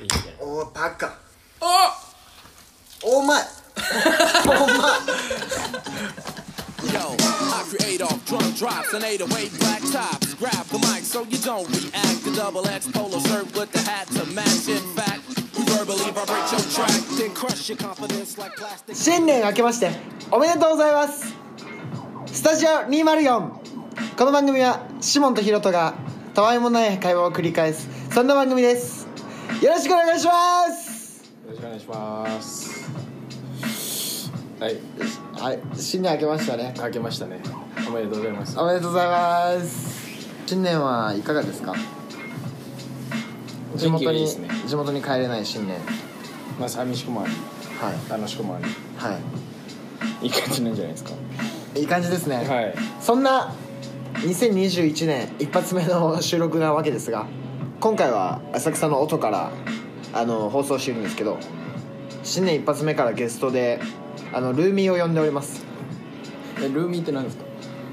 みたいなおーバカあお前お前 Yo, I create off drum drops and 808 black tops. Grab the mic so you don't react. The double X polo shirt with the hat to match. In fact, we verbally vibrate your track, then crush your confidence like plastic. 新年明けましておめでとうございますスタジオ204この番組はシモンとヒロトがたわいもない会話を繰り返すそんな番組ですよろしくお願いしますよろしくお願いしますはいはい新年明けましたね開けましたねおめでとうございますおめでとうございます新年はいかがですか地天元気がいにいですね地元に帰れない新年まあ寂しくもありはい楽しくもあはりいい感じなんじゃないですかいいい感じですね、はいそんな2021年一発目の収録なわけですが今回は浅草の音からあの放送してるんですけど新年一発目からゲストであのルーミーを呼んでおりますえルーミーって何ですか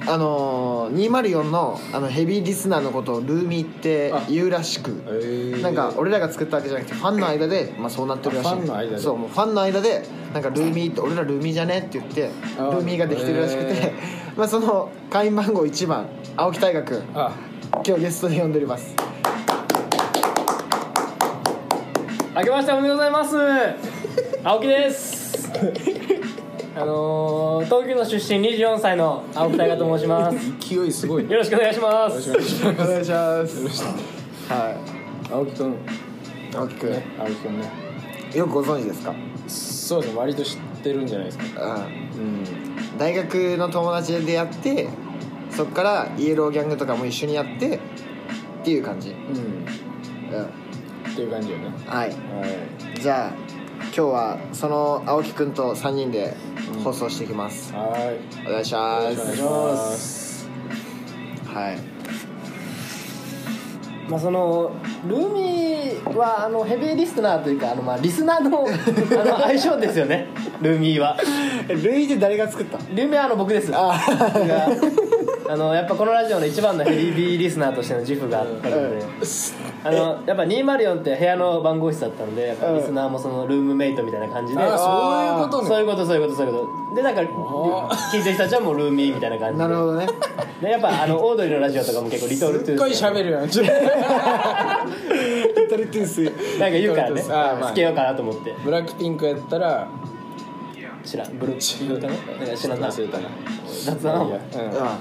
あのー204のあのヘビーリスナーのことをルーミーって言うらしく、えなんか俺らが作ったわけじゃなくてファンの間で、まあ、そうなってるらしいあファンの間でそうもうファンの間でなんかルーミーって俺らルーミーじゃねって言ってあルーミーができてるらしくて、へまあその会員番号1番青木大我君あ今日ゲストで呼んでおります明けましておめでとうございます青木ですあのー、東京の出身24歳の青木大我と申します勢いすごいねよろしくお願いしますよろしくお願いしお願いしますますは青木くんい青木君ね青木くんねよくご存知ですか、そうですね割と知ってるんじゃないですうかうんん、大学の友達で出会ってそっからイエローギャングとかも一緒にやってっていう感じ、ううんん、っていう感じよねはいはじゃあ今日はその青木くんと3人で放送していきます、いはいお願いしますよろしくお願いしますはいまあ、そのルーミーはあのヘビーリスナーというかあのまあリスナーのあの相性ですよねルーミーはルイで誰が作ったルーミーはあの僕ですあがあのやっぱこのラジオの一番のヘビーリスナーとしての自負があったのであのやっぱ204って部屋の番号室だったのでやっぱリスナーもそのルームメイトみたいな感じであそういうことねそういうことそういうことそういうことでなんか聞いてる人たちはもうルーミーみたいな感じでなるほどねでやっぱあのオードリーのラジオとかも結構リトルトすっゥースごい喋るやんちょっとトリトゥースなんか言うからリトルトねゥースあーまあつけようかなと思ってブラックピンクやったら知らんブルーブルーかななんか知らんな忘れたな雑だなお前うんっあ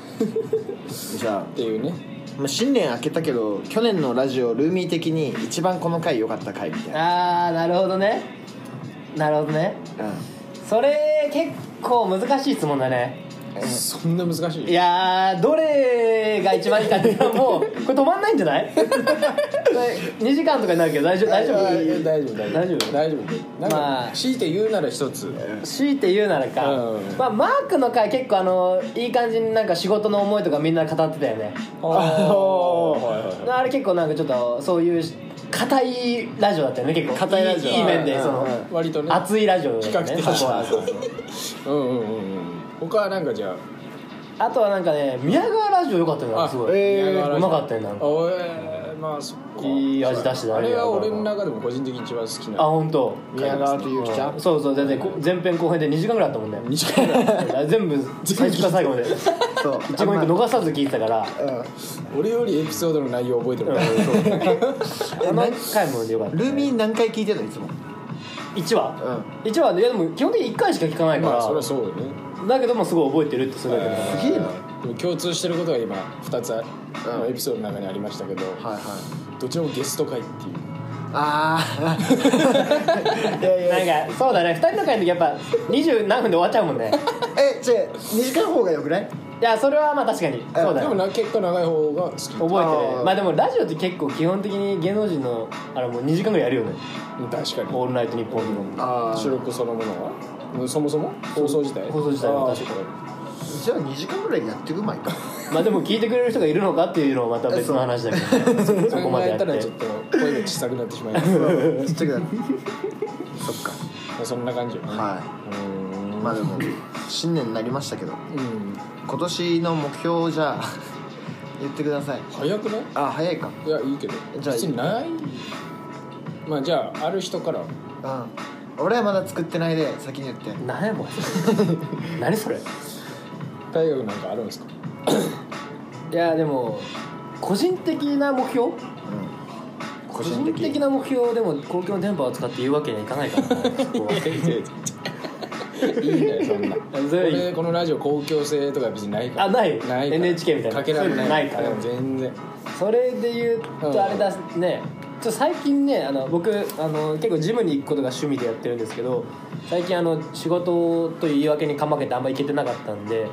じゃあ、ていうねまあ、新年明けたけど去年のラジオルーミー的に一番この回良かった回みたいなあーなるほどねなるほどねうそれ結構難しい質問だねそんな難しいいやーどれが一番いいかっていうのはもうこれ止まんないんじゃない 2時間とかになるけど大丈夫大丈いや夫大丈夫大丈夫大丈夫なんか、まあ強いて言うなら一つ強いて言うならか、うんまあ、マークの回結構あのいい感じになんか仕事の思いとかみんな語ってたよねああれ結構なんかちょっとそういう硬いラジオだったよね結構硬いラジオいい面でその、あ割とね熱いラジオだ比よ較ね的そこはうんうんうんうん他はなんかじゃあとはなんかね宮川ラジオ良かったよあなあすごい、え宮川ラジオうまかったよなんかおえーまあそっかいい味出してたねあれは俺の中でも個人的に一番好きあな本当。ん宮川とゆうきちゃんそうそう全然前編後編で2時間ぐらいあったもんね2時間ぐらい全部最初から最後まで一そう言一個逃さず聞いてた から俺よりエピソードの内容覚えて るあの回もよかった、ルーミー何回聞いてたのいつも1話、一話でいやでも基本的に1回しか聞かない かまら、あそりゃそうだねだけどもすごい覚えてるってすごい言ってたすげえ なでも共通してることが今2つあのエピソードの中にありましたけど、はいはいどっちもゲスト会っていう ああいやいやなんかそうだね2人の会の時やっぱ20何分で終わっちゃうもんねえじゃあ2時間の方がよくないいやそれはまあ確かにそうだでよもな結果長い方が好き覚えてあーるまあでもラジオって結構基本的に芸能人のあれもう2時間ぐらいやるよね確か「にオールナイトニッポン」のあ収録そのものはそもそも放送自体放送自体はあー確かにじゃあ2時間ぐらいやってくまいかまあでも聞いてくれる人がいるのかっていうのはまた別の話だけどね そそここままででややっってたらちょっと声が小さくなってしまい ますまちっちゃくなるそっかあそんな感じよねはうーいんまあでも新年になりましたけどうん今年の目標をじゃ あ言ってください早くないあ早いかいやいいけどじゃあ別にないまあじゃあある人からうん俺はまだ作ってないで先に言って何やこれ何それい大学なんかあるんですかやでも個人的な目標個人的な目標でも公共の電波を使って言うわけにはいかないからなそこはい やいんだよそんなそれ俺このラジオ公共性とか別にないからあないないから NHK みたいなかけらもないないから全然それで言うとあれだねちょっと最近ねあの僕あの結構ジムに行くことが趣味でやってるんですけど最近あの仕事という言い訳にかまけてあんま行けてなかったんで、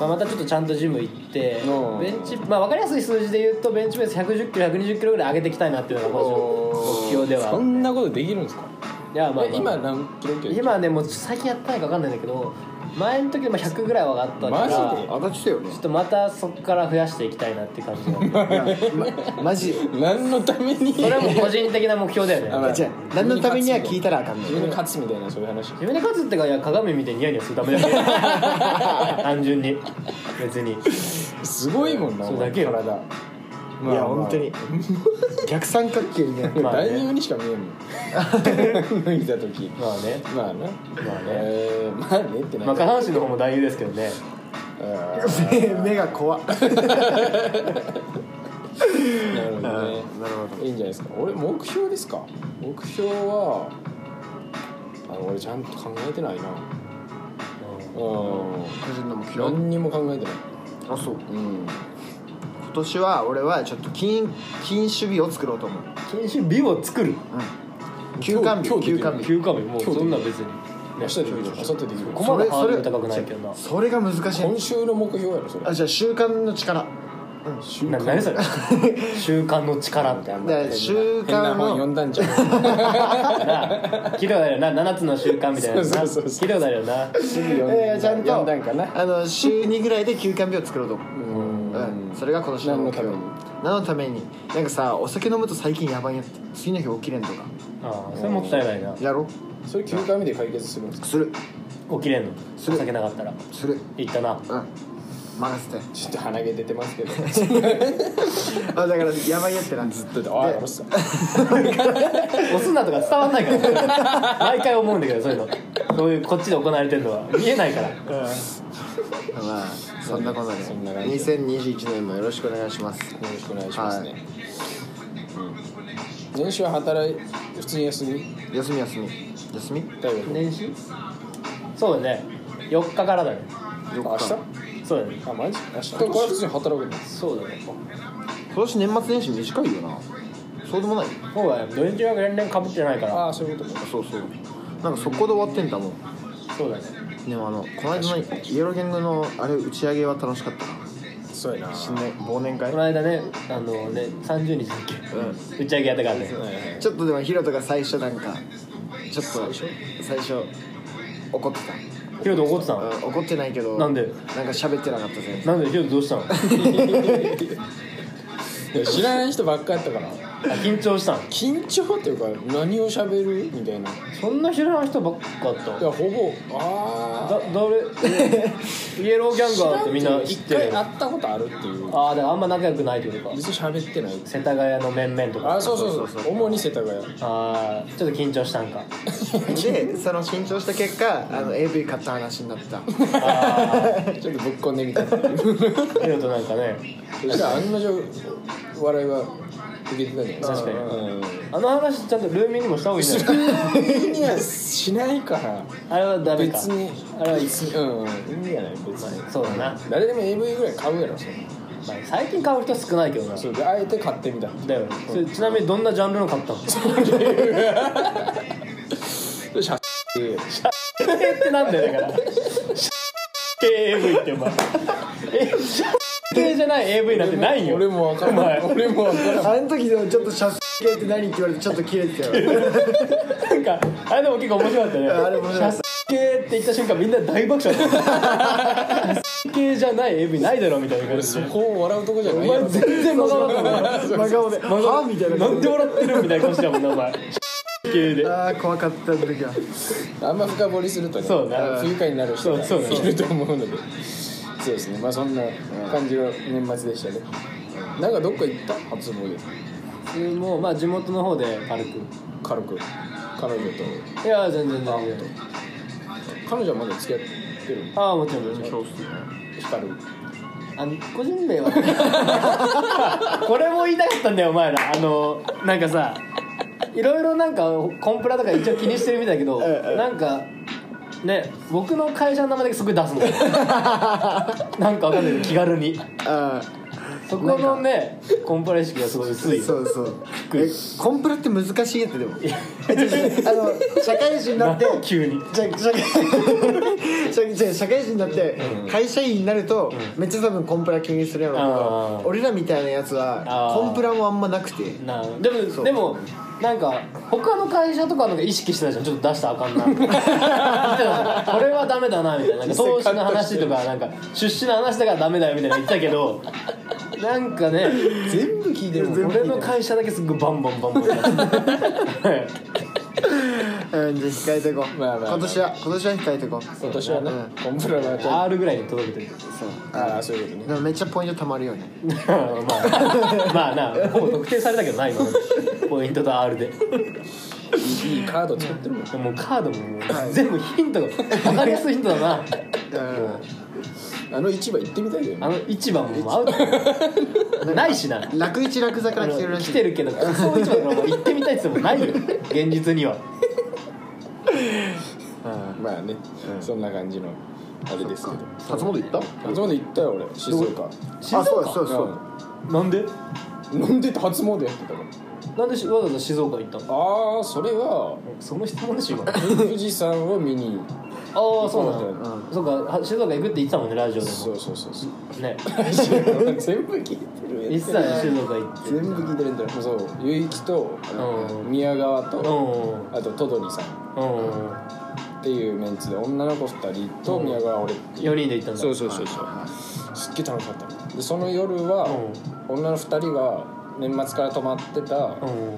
まあ、またちょっとちゃんとジム行ってうんベンチ、まあ、分かりやすい数字で言うとベンチプレス1 1 0キロ1 2 0キロぐらい上げていきたいなっていうのが個人の目標ではそんなことできるんですかいやまあまあえ今何キロ級今はねもう最近やってないか分かんないんだけど前の時でも100ぐらいは上がったからマジでちょあたちだよねっとまたそこから増やしていきたいなっていう感じなん でいやまマジ何のためにそれはもう個人的な目標だよねあまあじゃ何のためには聞いたらあかんね自 分に勝つみたいなそういう話自分で勝つってかいや鏡見てニヤニヤするためだ け単純に別にすごいもんなそれだけよ体いや本当に逆三角形になるまあねダイニングにしか見えんもん 脱いだ時まあねまあねまあねえーまあねってなまあ下半身の方も大事ですけどねあ目目が怖っーなるほどねなるほいいんじゃないですか俺目標ですか目標はあの俺ちゃんと考えてないなう個人の目ん標何にも考えてないあそううん今年は俺はちょっと禁禁酒日を作ろうと思う禁酒美を作る休館日今日休できる館日休暇日もうそんな別に明日できるでしょ明後日できるここそまれでハーそドれル高くないけどなそれが難しい今週の目標やろそれあじゃあ習慣の力週な何それ習慣の力みたいなだから習変な慣本読のんだんじゃん なあ聞いたことあるよな7つの習慣みたいなやつなそうそうそうそう聞いたことあるよなえーちゃん 読んだんかなとあの週2ぐらいで休館日を作ろうと思ううん、それが今年の目標何の何のためになんかさお酒飲むと最近やばいやって次の日起きれんとかああそれもったいないな起やろそれ9回目で解決するんですかするきれんのおそれ酒なかったらする行ったなうん任 せてちょっと鼻毛出てますけどあだからやばいやってなんですだってああ殺した 押すなとか伝わんない から毎回思うんだけどそういうのそういうこっちで行われてるのは見えないからまあそんなことでそんな感じ2021年もよろしくお願いしますよろしくお願いしますね、うん、年収は働い普通に休み休み休み休み大学年始そうだね4日からだね明日日そうだねあマジ明日から普通に働くんですそうだね今年年末年始短いよなそうでもないそうだね土日は全然かぶってないからああそういうことかそうそうなんかそこで終わってんだもんそうだねでもあのこの間のイエローゲングのあれ打ち上げは楽しかったなそうやな新年忘年会この間ねあのね30日だっうけ打ち上げやったからんねちょっとでもヒロトが最初なんかちょっと最初怒ってヒロト怒ってたた、のうん、怒ってないけどなんでなんか喋ってなかったぜなんでヒロトどう したのあ知らない人ばっかやったから緊張したの緊張っていうか何を喋るみたいないそんな知らない人ばっかだったやほぼあだ誰イエローギャンあガーってみんな知ってる一回会ったことあるっていうああだからあんま仲良くないというか別に喋ってない世田谷の面々とかあそうそうそう主に世田谷あーちょっと緊張したんかでその緊張した結果あの AV 買った話になったちょっとぶっこんでみたっていうヒロトなんかねそしたら案の定笑いは受けてたんじゃない確かにうんあの話ちゃんとルーミーにもした方がいいんじゃない意味はしないからあれはダメか別にあれはいい別にうんいいんじゃない別にそうだな、まあ、誰でも AV ぐらい買うやろそんな最近買う人少ないけどなそうであえて買ってみただよねそれちなみにどんなジャンルの買ったのでシャッてってなんだよだから AV ってお前え系じゃない AV なんてないよ俺も分からないお前俺も分からないあの時でもちょっとシャス系って何って言われてちょっと切れてたよなんかあれでも結構面白かったねあれ面白かったシャス系って言った瞬間みんな大爆笑だったシャス系じゃない AV ないだろみたいな感 じそでこを笑うとこじゃなおいや前ろ全然わからなかった ね真顔で「はあ?」みたいななんで笑ってるみたいな顔してたもんなお前系でああ怖かった時はあんま深掘りするとねそうだ不愉快になる人がそうそういると思うのでそうですねまあそんな感じが年末でしたねなんかどっか行った初詣いつもまあ地元の方で軽く軽く彼女といや全然全然彼女はまだ付き合ってるああもちろんもちろん光るあの個人名は これも言いたかったんだよお前らあのなんかさいろいろなんかコンプラとか一応気にしてるみたいだけどなんかね僕の会社の名前だけすごい出 すのなんかわかんないけど気軽にあそこのねコンプラ意識がすごい薄いーそうそうえコンプラって難しいやつでもえちょ ちょあの社会人になって急にじゃ社会 社じゃ社会人になって会社員になるとめっちゃ多分コンプラ気にするやろうけあどー俺らみたいなやつはあーコンプラもあんまなくてなあでもそうでもなんか他の会社とかなんか意識してたじゃんちょっと出したらあかんな これはダメだなみたいななんか投資の話とかなんか出資の話だからダメだよみたいな言ってたけどなんかね全部聞いてる俺の会社だけすっごいバンバンバンバンやってたうんじゃあ控えていこうまあまあまあ今年は今年は控えていこう今年はねうんコンプラがちょっ R ぐらいに届けてるそうとああそういうことでもめっちゃポイント貯まるよねまあ まあなほぼ特定されたけどな今までポイントと R でねいいカード作ってるもんもうカードももう全部ヒントが分かりやすいヒントだなあの市場行ってみたいよねあの市場ももうアウトだよないしな楽一楽座から来てるらし来いてるけど仮想市場からもう行ってみたいっつってもないよ現実にはまあねそんな感じのあれですけど初詣行った初詣行ったよ俺静岡静あそうだ岡そうだそうなんでなんで初詣やってたからなんでしわざわざ静岡行ったのああそれはその質問でしょ今あ富士山を見にあそうなんだ、そうかは静岡行くって言ってたもんねラジオでそうそうそうそうもね全部聞いてる言ってたね静岡行って全部聞いてるんだよそう結城とあのうん宮川うとんうんあととどりさんうんっていうメンツで女の子2人と宮川俺っていう4人で行ったんだそうそうそうそうすっげえ楽しかったのでその夜は女の2人が年末から泊まってたん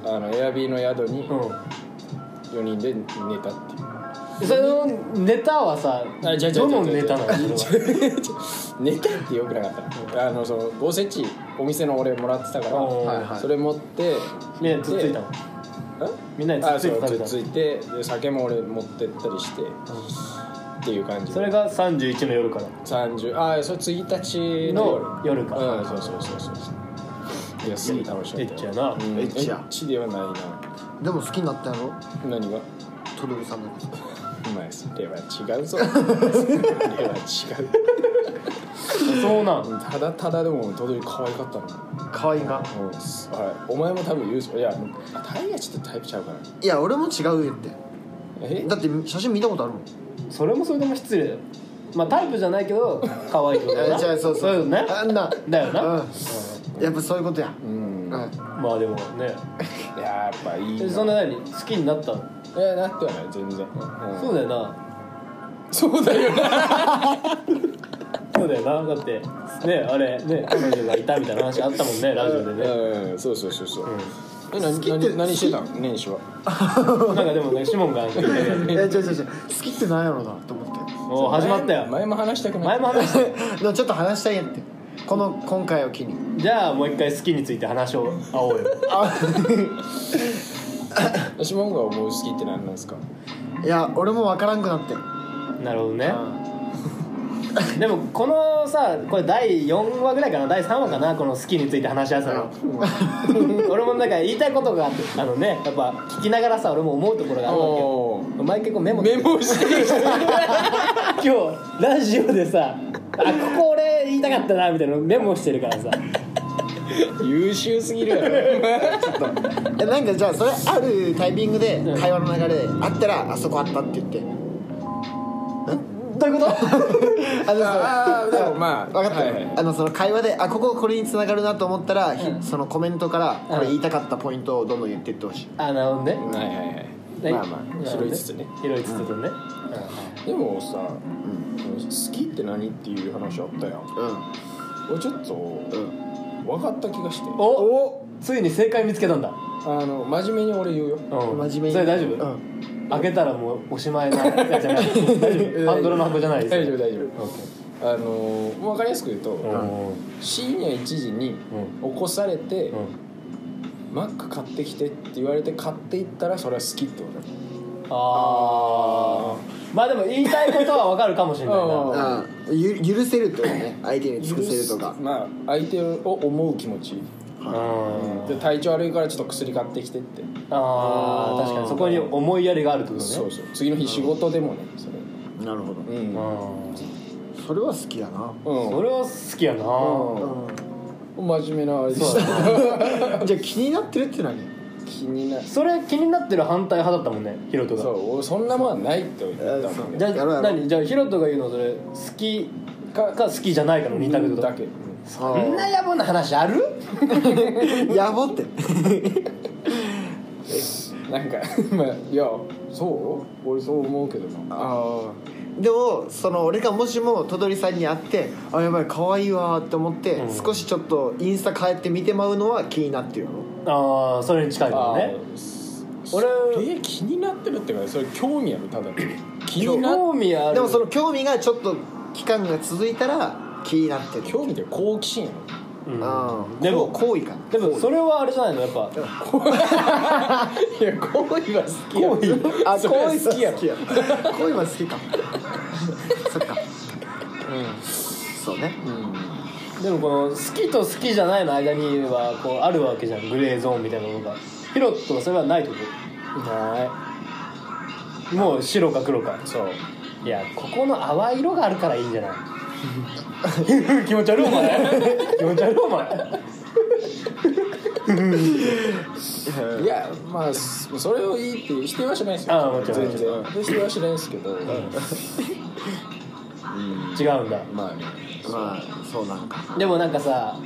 あのエアビーの宿にう4人で寝たっていうんそのネタはさあ違う違う違う違うどのネタなのそれはネタってよくなかった あのその5センチお店の俺もらってたから、おーはいはいそれ持ってねつっついたのみんなにつっあついそてう食つっべたのついてで酒も俺持ってったりして、っていう感じそれが31の夜から30ああそれ1日のの夜かうんそうそうそうそういやすげえ楽しかエっッたチよやなうんエエッチやッチではないなでも好きになったやろ何がトドルさんのことお前それは違うぞそれは違うそうなんただただでもとどり可愛かったの可愛いがうんはい、お前も多分言うぞいやタイヤちょっとタイプちゃうからいや俺も違うよってえだって写真見たことあるもんそれもそれでも失礼だよまあタイプじゃないけど可愛いってこと だえなじゃあそうそういうのねあんなだよなうんやっぱそういうことやうんうんまあでもねやっぱいいえなそんな何好きになったのいやなってはない全然、うんそうだよなそうだよなそうだよなだってねあれね彼女がいたみたいな話あったもんねラジオでねうんそうそうそうそう、え何きって何何してたの年始はなんかでもねシモンがなんか言ってたやついや違う違う違う好きってなんやろうなと思ってもう始まったよ前も話したくな前いも話したよでもちょっと話したいやってこの今回を機にじゃあもう一回好きについて話を合おうよ私もが思う好きって何なんですかいや俺もわからんくなってるなるほどね でもこのさこれ第4話ぐらいかな第3話かなこの好きについて話し合ってたの 俺もなんか言いたいことがあってあのねやっぱ聞きながらさ俺も思うところがあるわおけよ毎回こうメモメモ してる人今日ラジオでさあここ俺言いたかったなみたいなのメモしてるからさ優秀すぎるやろえなんかじゃあそれあるタイミングで会話の流れであったらあそこあったって言ってどういうことあのあーでもまあ分かった、はいはいあのその会話であこここれに繋がるなと思ったら、ひそのコメントからこれ言いたかったポイントをどんどん言っていってほしいあなるほどねはいはいはいはいまあまあなるほど拾いつつね拾いつつとねでもさ、好きって何っていう話あったやんうん俺ちょっと、分かった気がしておついに正解見つけたんだあの真面目に俺言うようん真面目にそれ大丈夫、うん開けたらもうおしまいないやじゃない 大丈夫ハンドルの箱じゃないです大丈夫夫大丈夫あの分かりやすく言うと、うん深夜1時に起こされて、うんマック買ってきてって言われて買っていったらそれは好きってことあーまあでも言いたいことはわかるかもしれないなうんあゆ許せるってことね相手に尽許くすせるとかまあ相手を思う気持ちうんで体調悪いからちょっと薬買ってきてってあー確かにそこに思いやりがあるってことねそうそう次の日仕事でもねそれなるほどうんうんそれは好きやなそれは好きやな、真面目なあれでそしうだたじゃあ気になってるって何 気になるそれ気になってる反対派だったもんねヒロトがそう俺そんなもんはないって言ったもんねじゃあやろうやろう何じゃあヒロトが言うのはそれ好きか好きじゃないかの二択ってことだけそんな野暮な話 あるやぼってなんか まあいやそう俺そう思うけどなああでもその俺がもしもとどりさんに会ってあやばい可愛いわーって思って、うん少しちょっとインスタ変えて見てまうのは気になってるのああそれに近いもんね俺え気になってるってかそれ興味あるただの気にな興味あるでもその興味がちょっと期間が続いたら気になってる興味って好奇心やろうんああででもも好意かなでもそれはあれじゃないのやっぱいや好意は好きや好意あ それは好きやろ好きや好意は好きかそっかそうねでもこの好きと好きじゃないの間にはこうあるわけじゃんグレーゾーンみたいなものがヒロトはそれはないってこなともう白か黒かいそういやここの淡い色があるからいいんじゃない気持ち悪い お前気持ち悪いお前いやまあそそれをいいって否定はしないですよああもちろん全然否定はしないですけど、違うんだまあねまあそうなんかでもなんかさ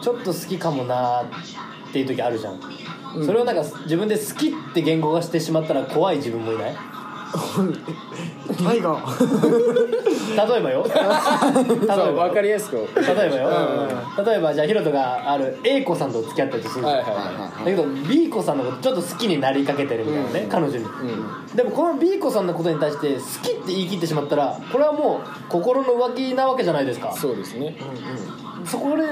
ちょっと好きかもなーっていう時あるじゃん、それをなんか自分で好きって言語化してしまったら怖い自分もいないタイガー例え ばよ例えばそう分かよりやすく例えばよ例えばじゃあヒロトがある A 子さんと付き合ったりするじゃん、はいはいはだけど B 子さんのことちょっと好きになりかけてるみたいなね、彼女に、でもこの B 子さんのことに対して好きって言い切ってしまったらこれはもう心の浮気なわけじゃないですかいそうですねそこで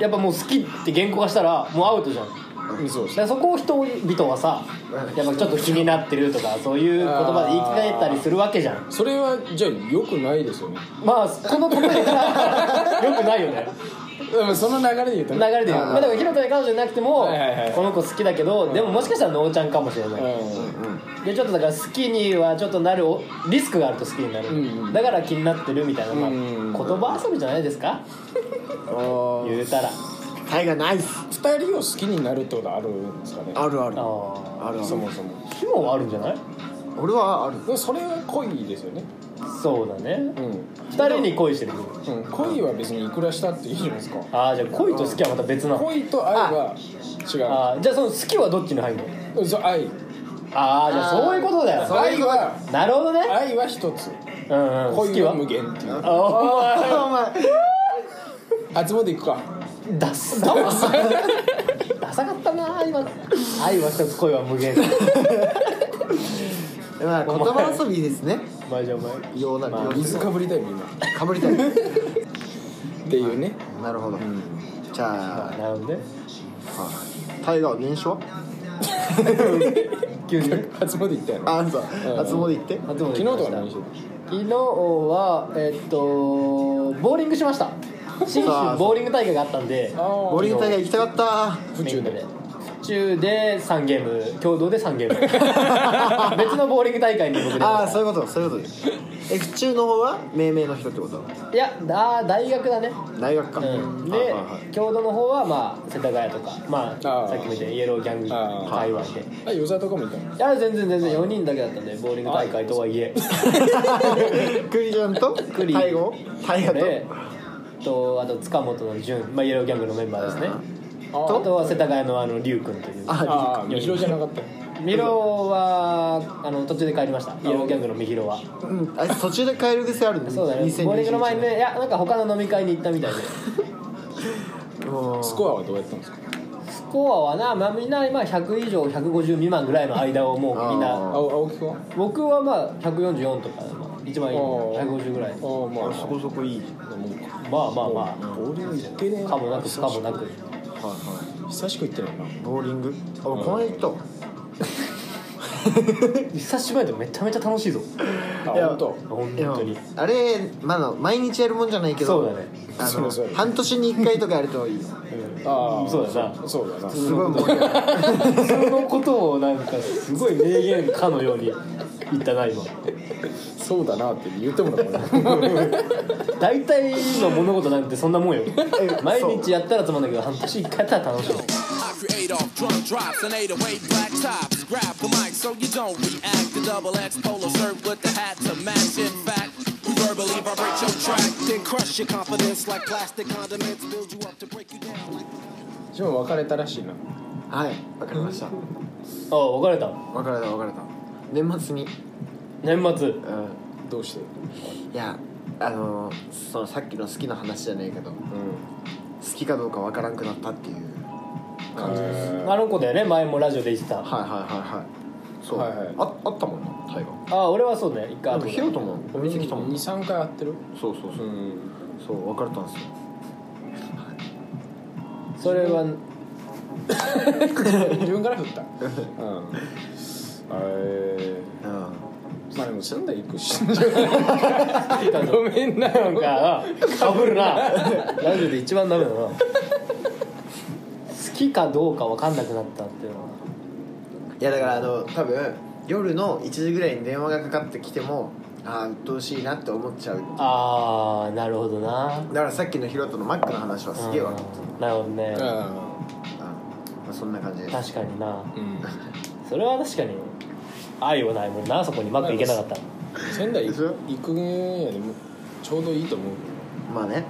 やっぱもう好きって言語化したらもうアウトじゃんうんそうでだすからそこを人々はさやっぱちょっと気になってるとかそういう言葉で言い換えたりするわけじゃんそれはじゃあ良くないですよねまあこのところからよくないよねでもその流れで言うと流ねれでまあでもヒロトに彼女いなくてもはいはいはいこの子好きだけどでももしかしたらノーちゃんかもしれないでちょっとだから好きにはちょっとなるおリスクがあると好きになる、うんうんだから気になってるみたいな、まあうんうん言葉遊びじゃないですか言うたら タイガーナイス二人を好きになるってことあるんですかねあるあるああるあそるもそもあもはあるんじゃない俺はあるでもそれは恋ですよねそうだねう二人に恋してるん、うん、恋は別にいくらしたっていいじゃないですかああじゃあ恋と好きはまた別なの恋と愛は違うあーじゃあその好きはどっちに入るのそう愛ああじゃあそういうことだよ愛はなるほどね愛は一つうん、うん、好き恋はは無限っていうあお集まっていくか前ダッサダサかったな今愛は一つ恋は無限 まあ言葉遊びですねお前じゃあお前ようなまあような水かぶりたいみんなかぶりたいっていうねなるほど、じゃあなるほどねタイガーは年少急にね初詣行ったやろあんた初詣行ってあでも昨日とか何して昨日はえっとボーリングしました新州ボーリング大会があったんでたのボーリング大会行きたかった府中で府中で3ゲーム共同で3ゲー ム別のボーリング大会に僕出まああしそういうことそういうことですえ府中の方は命名の人ってことたいやあー大学だね大学か、うん、あではいはい郷土の方はまあ世田谷とかまああーさっきも言ったイエローギャングあー界隈であ与沢とかも行ったのいや全然全然4人だけだったんでボーリング大会とはいえ クリちゃんとクリタイゴタイガでととあと塚本の潤、まあ、イエローギャングのメンバーですねああとは世田谷のあの龍君というあああみひろじゃなかったよミロはあの途中で帰りましたイエローギャングのみひろはうんあいつ途中で帰る癖あるんだそうだねボーリングの前にねいやなんか他の飲み会に行ったみたいでもうスコアはどうやったんですかスコアはな、まあ、みんな今100以上150未満ぐらいの間をもうみんあなー青青木君は僕はまあ144とかまあ一番いいのあー150ぐらいああまあそこそこいいまあまあまあボーリング行ってねえかもなく不可もなくはいは久しく行ってないなボーリングあこの間行ったわ 久しぶりだけどめちゃめちゃ楽しいぞあいや本当本いや当にあれ、まあ、毎日やるもんじゃないけどそうだねあのそうそう半年に1回とかやるといいああそうだなそうだなすご い盛り上がるそのことをなんかすごい名言かのように 言ったな今そうだなって言ってもらった 大体の物事なんてそんなもんよ毎日やったらつまんないけど半年一回やったら楽しい I create off drum drops and 808 black tops. Grab the mic so you don't react. The double X polo shirt with the hat to match. In fact, we verbally vibrate your track, then crush your confidence like plastic condiments. Build you up to break you down like. ジム別れたらしいなはい分かりましたああ別れた分かれた分かれた年末に年末うんどうしていやあのーそのさっきの好きな話じゃないけど好うきかどうか分からんくなったっていうん感じですあの子だよね前もラジオで言ってたあはいはいはいはいそう、はいはいああったもんなタイガあ俺はそうね一回なあんかヒロトもお店来たもんそう23回会ってるそうそう、んそう別れたんですよそれは自分から振ったうんえうんーまあでも死んだら行くし ごめんななんかかぶるなラジオで一番ダメだな好きかどうか分かんなくなったっていうのはいやだからあの多分夜の1時ぐらいに電話がかかってきてもああ鬱陶しいなって思っちゃうああなるほどなだからさっきのヒロトのマックの話はすげえわかった、うんなるほどねうんまあ、そんな感じです確かになうんそれは確かに愛はないもんなそこにうまくいけなかった仙台行く行くんやでもちょうどいいと思うまあね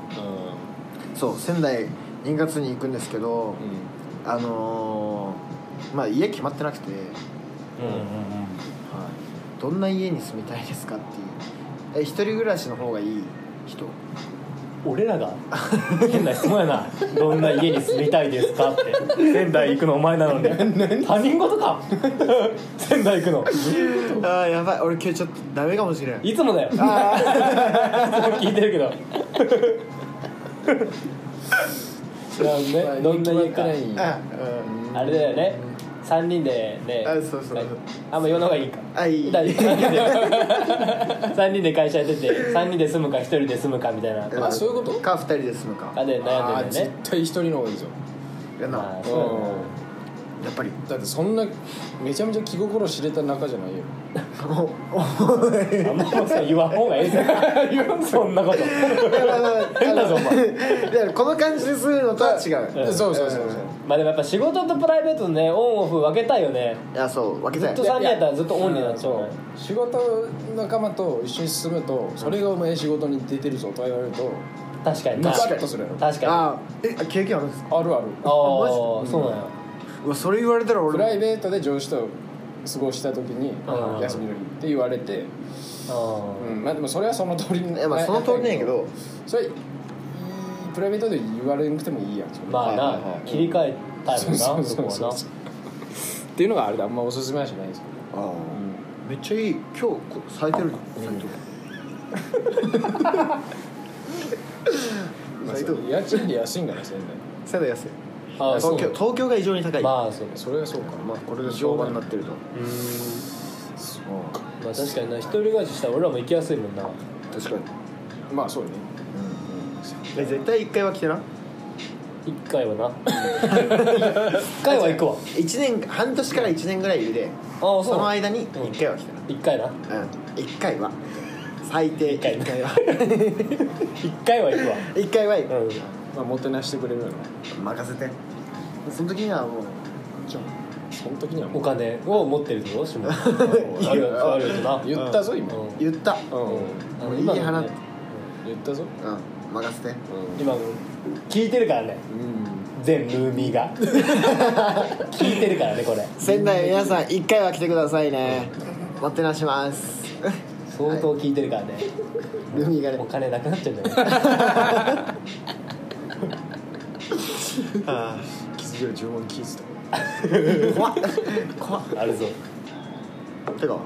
そう仙台2月に行くんですけど、うんうんあのー、まあ家決まってなくて、うんうんはい、どんな家に住みたいですかっていうえ一人暮らしの方がいい人うん俺らが変な質問やなどんな家に住みたいですかって 仙台行くのお前な のに他人事 か仙台行くのああやばい俺今日ちょっとダメかもしれんいつもだよいつも聞いてるけどいやねどんな家かあうんあれだよね3人でねあそうそうあんま言わない方がいいかあいい大丈夫3人で会社やってて3人で住むか1人で住むかみたいなうんあそういうことか二人で住むかあで悩あんーでる絶ん対一人の方がいいぞやなまあうそうだよねやっぱりんだってそんなめちゃめちゃ気心知れた仲じゃないよおだよねあんまそう言わん方がいいぞそんな こと変だぞお前だからこの感じでするのとは違ううんそうそうそうそうまあでもやっぱ仕事とプライベートのねオンオフ分けたいよねいやそう分けずたっいと3人やったらずっとオンになっちゃうそもんう仕事仲間と一緒に進むとそれがお前仕事に出てるぞと言われると確かにムカなッとするやろ確かにああえ経験あるんですかあるあるあーそうなんやうわそれ言われたら俺プもライベートで上司と過ごした時にうん休みの日って言われてあうんまあでもそれはその通りいにやまあその通りなんやけどそれいいプライベートで言われなくてもいいやんそれーまあはいはいはない切り替えたいもんそうなそそうこそうはそうっていうのがあれであんまおすすめはしないですけどああめっちゃいい今日こ咲いてる咲いてるまあ斉藤そう家賃で安いんかな仙台背が安いなあーそう東京東京が異常に高いまあそうそれはそうかまあこれが評判になってるとうんまあ確かにな一人暮らししたら俺らも行きやすいもんな確かにまあそうねえ絶対一回は来てな一回はな一回は行くわ一年半年から1年ぐらいいるでああそそうの間に1回は来て一回ななうん1回は最低一回1回は 一回は行くわ1回は行くうんまあもてなしてくれるよね任せてその時にはもうじゃあその時にはもおう金を持ってるぞしもあるあるよな言ったぞ今ううんん言ったあものういい今のね話言ったぞうん任せてう今の聞いてるからねんうん全ルーミーが 聞いてるからねこれ仙台皆さん1回は来てくださいねもてなします 相当聞いてるからねルミがねお金なくなっちゃうんじゃない気づける10万聞いて怖っ怖っ あるぞてか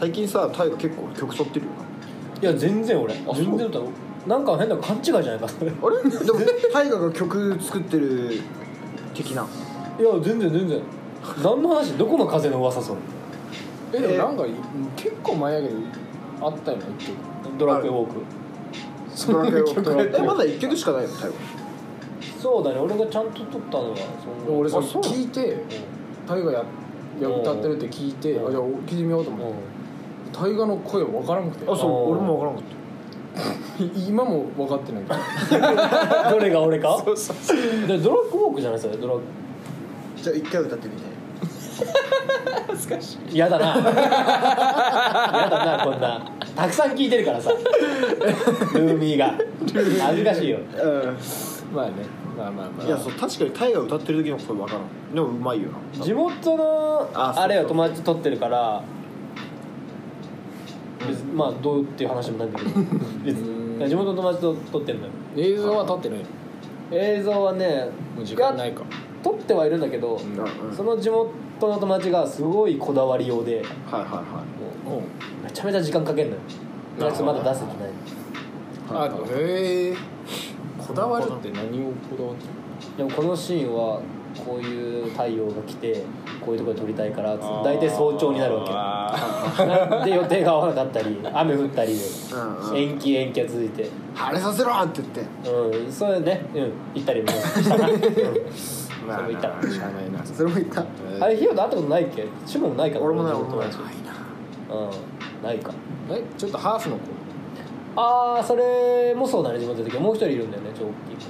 最近さタイが結構曲取ってるよないや全然俺全然だなんか変な勘違いじゃないかあれでもタイガが曲作ってる的ないや全然全然何の話どこの風の噂それえでもなんかい結構前やけどあったよな一曲ドラクエウォークドラクエウォークそんな曲やってえるまだ1曲しかないの多分そうだね俺がちゃんと撮ったのはそんな俺さあそう聞いて大河やや歌ってるって聞いてうんあじゃあ聞いてみようとうん思って大河の声分からなくてあそあーう俺も分からんかったい今も分かってないけど どれが俺 かでドラッグウォークじゃないそれドラッグじゃあ一回歌ってみて嫌だな嫌だなこんなたくさん聞いてるからさルーミーが恥ずかしいよ まあねまあまあまあいやそう確かにタイが歌ってる時の声分からんでもうまいよな地元のあそうあれを友達と撮ってるから別にまあどうっていう話もないんだけ ど別に地元の友達と撮ってるのよ映像は撮ってない映像はねもう時間ないかや撮ってはいるんだけど、うんその地元の友達がすごいこだわりようではいはいはうんめちゃめちゃ時間かけんのよなるほどまだ出せてなあいへえこだわるって何をこだわってるでもこのシーンはこういう太陽が来てこういうところで撮りたいからつってあー大体早朝になるわあ けなんで予定が合わなかったり雨降ったりでうんうん延期延期が続いてい晴れさせろって言ってうんそれねうん行ったり もしたな、うん、それも行ったなー知らないなそれも言ったあれヒヨと会ったことないっけシモもないか俺もない俺もないうんないかえちょっとハーフの子ああそれもそうだね地元の時はもう一人いるんだよねちょっと大きい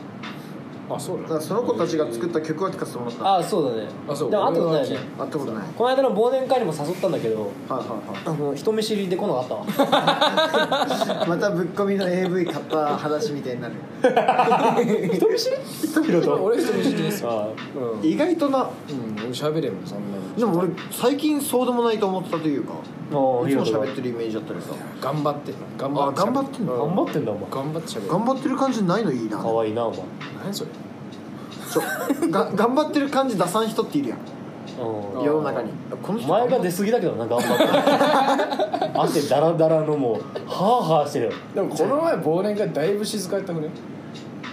あそうだからその子たちが作った曲は聞かせてもらったああそうだねあそうでも会ったことないよね俺は会ったことないはいこの間の忘年会にも誘ったんだけどはあの人見知りで来なかったわい はいまたぶっ込みの AV 買った話みたいになる 人見知り俺人見知りですよあうん意外となうん俺喋れんもんそんなにでも俺最近そうでもないと思ってたというかもういつもヒロ喋トってるイメージだったけどさ頑張って頑張あって喋る頑張ってん頑の張ってんだお前頑張って喋る頑張ってる感じないのいいな可愛いなお前何それそうが頑張ってる感じ出さん人っているやんうん世の中にこのお人前が出過ぎだけどな頑張って汗だらだらのもうハーハーしてるよでもこの前忘年会だいぶ静かやったくね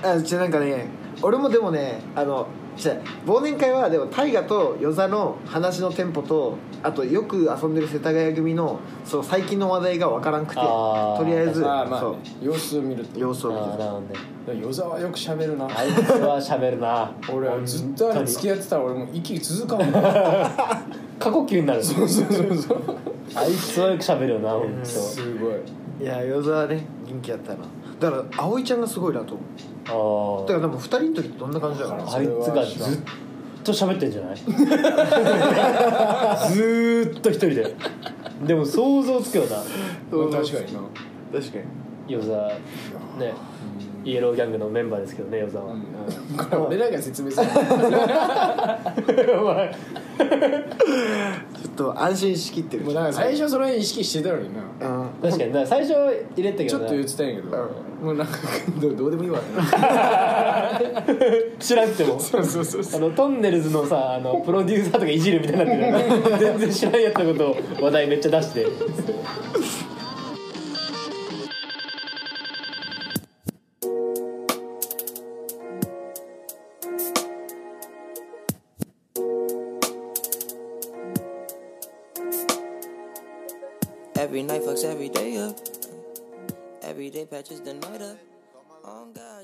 あじゃなんかね俺もでもねあのじゃ忘年会はでも大河と与座の話のテンポとあとよく遊んでる世田谷組のそう最近の話題が分からんくてあとーりあえずああまあそね様子を見るうと様子あを見ーてたなるほどねでも与沢はよく喋るなあいつは喋るな俺はずっとあれ付き合ってたら俺もう息続かんもん過呼吸になるそう そうそうそうあいつはよく喋るよな本すごいいや与座はね人気やったなだから葵ちゃんがすごいなと思う当だからでも2人の時ってどんな感じだろうあなーあいつがずっと喋ってんじゃ ないずーっと一人ででも想像つくよな確かにな確かにヨザねイエローギャングのメンバーですけどねヨザは、これ俺らが説明するちょっと安心しきってるもうなんか最初それ意識してたのにうなん確かにな最初入れてたけちょどっなと言ってたんやけどもうなんかどうどうでもいいわ知らんくて もそうそうそうそあのトンネルズのさあのプロデューサーとかいじるみたいになってる よな全然知らんやったことを話題めっちゃ出して Every night fucks every day up. Every day patches the night up. Oh God.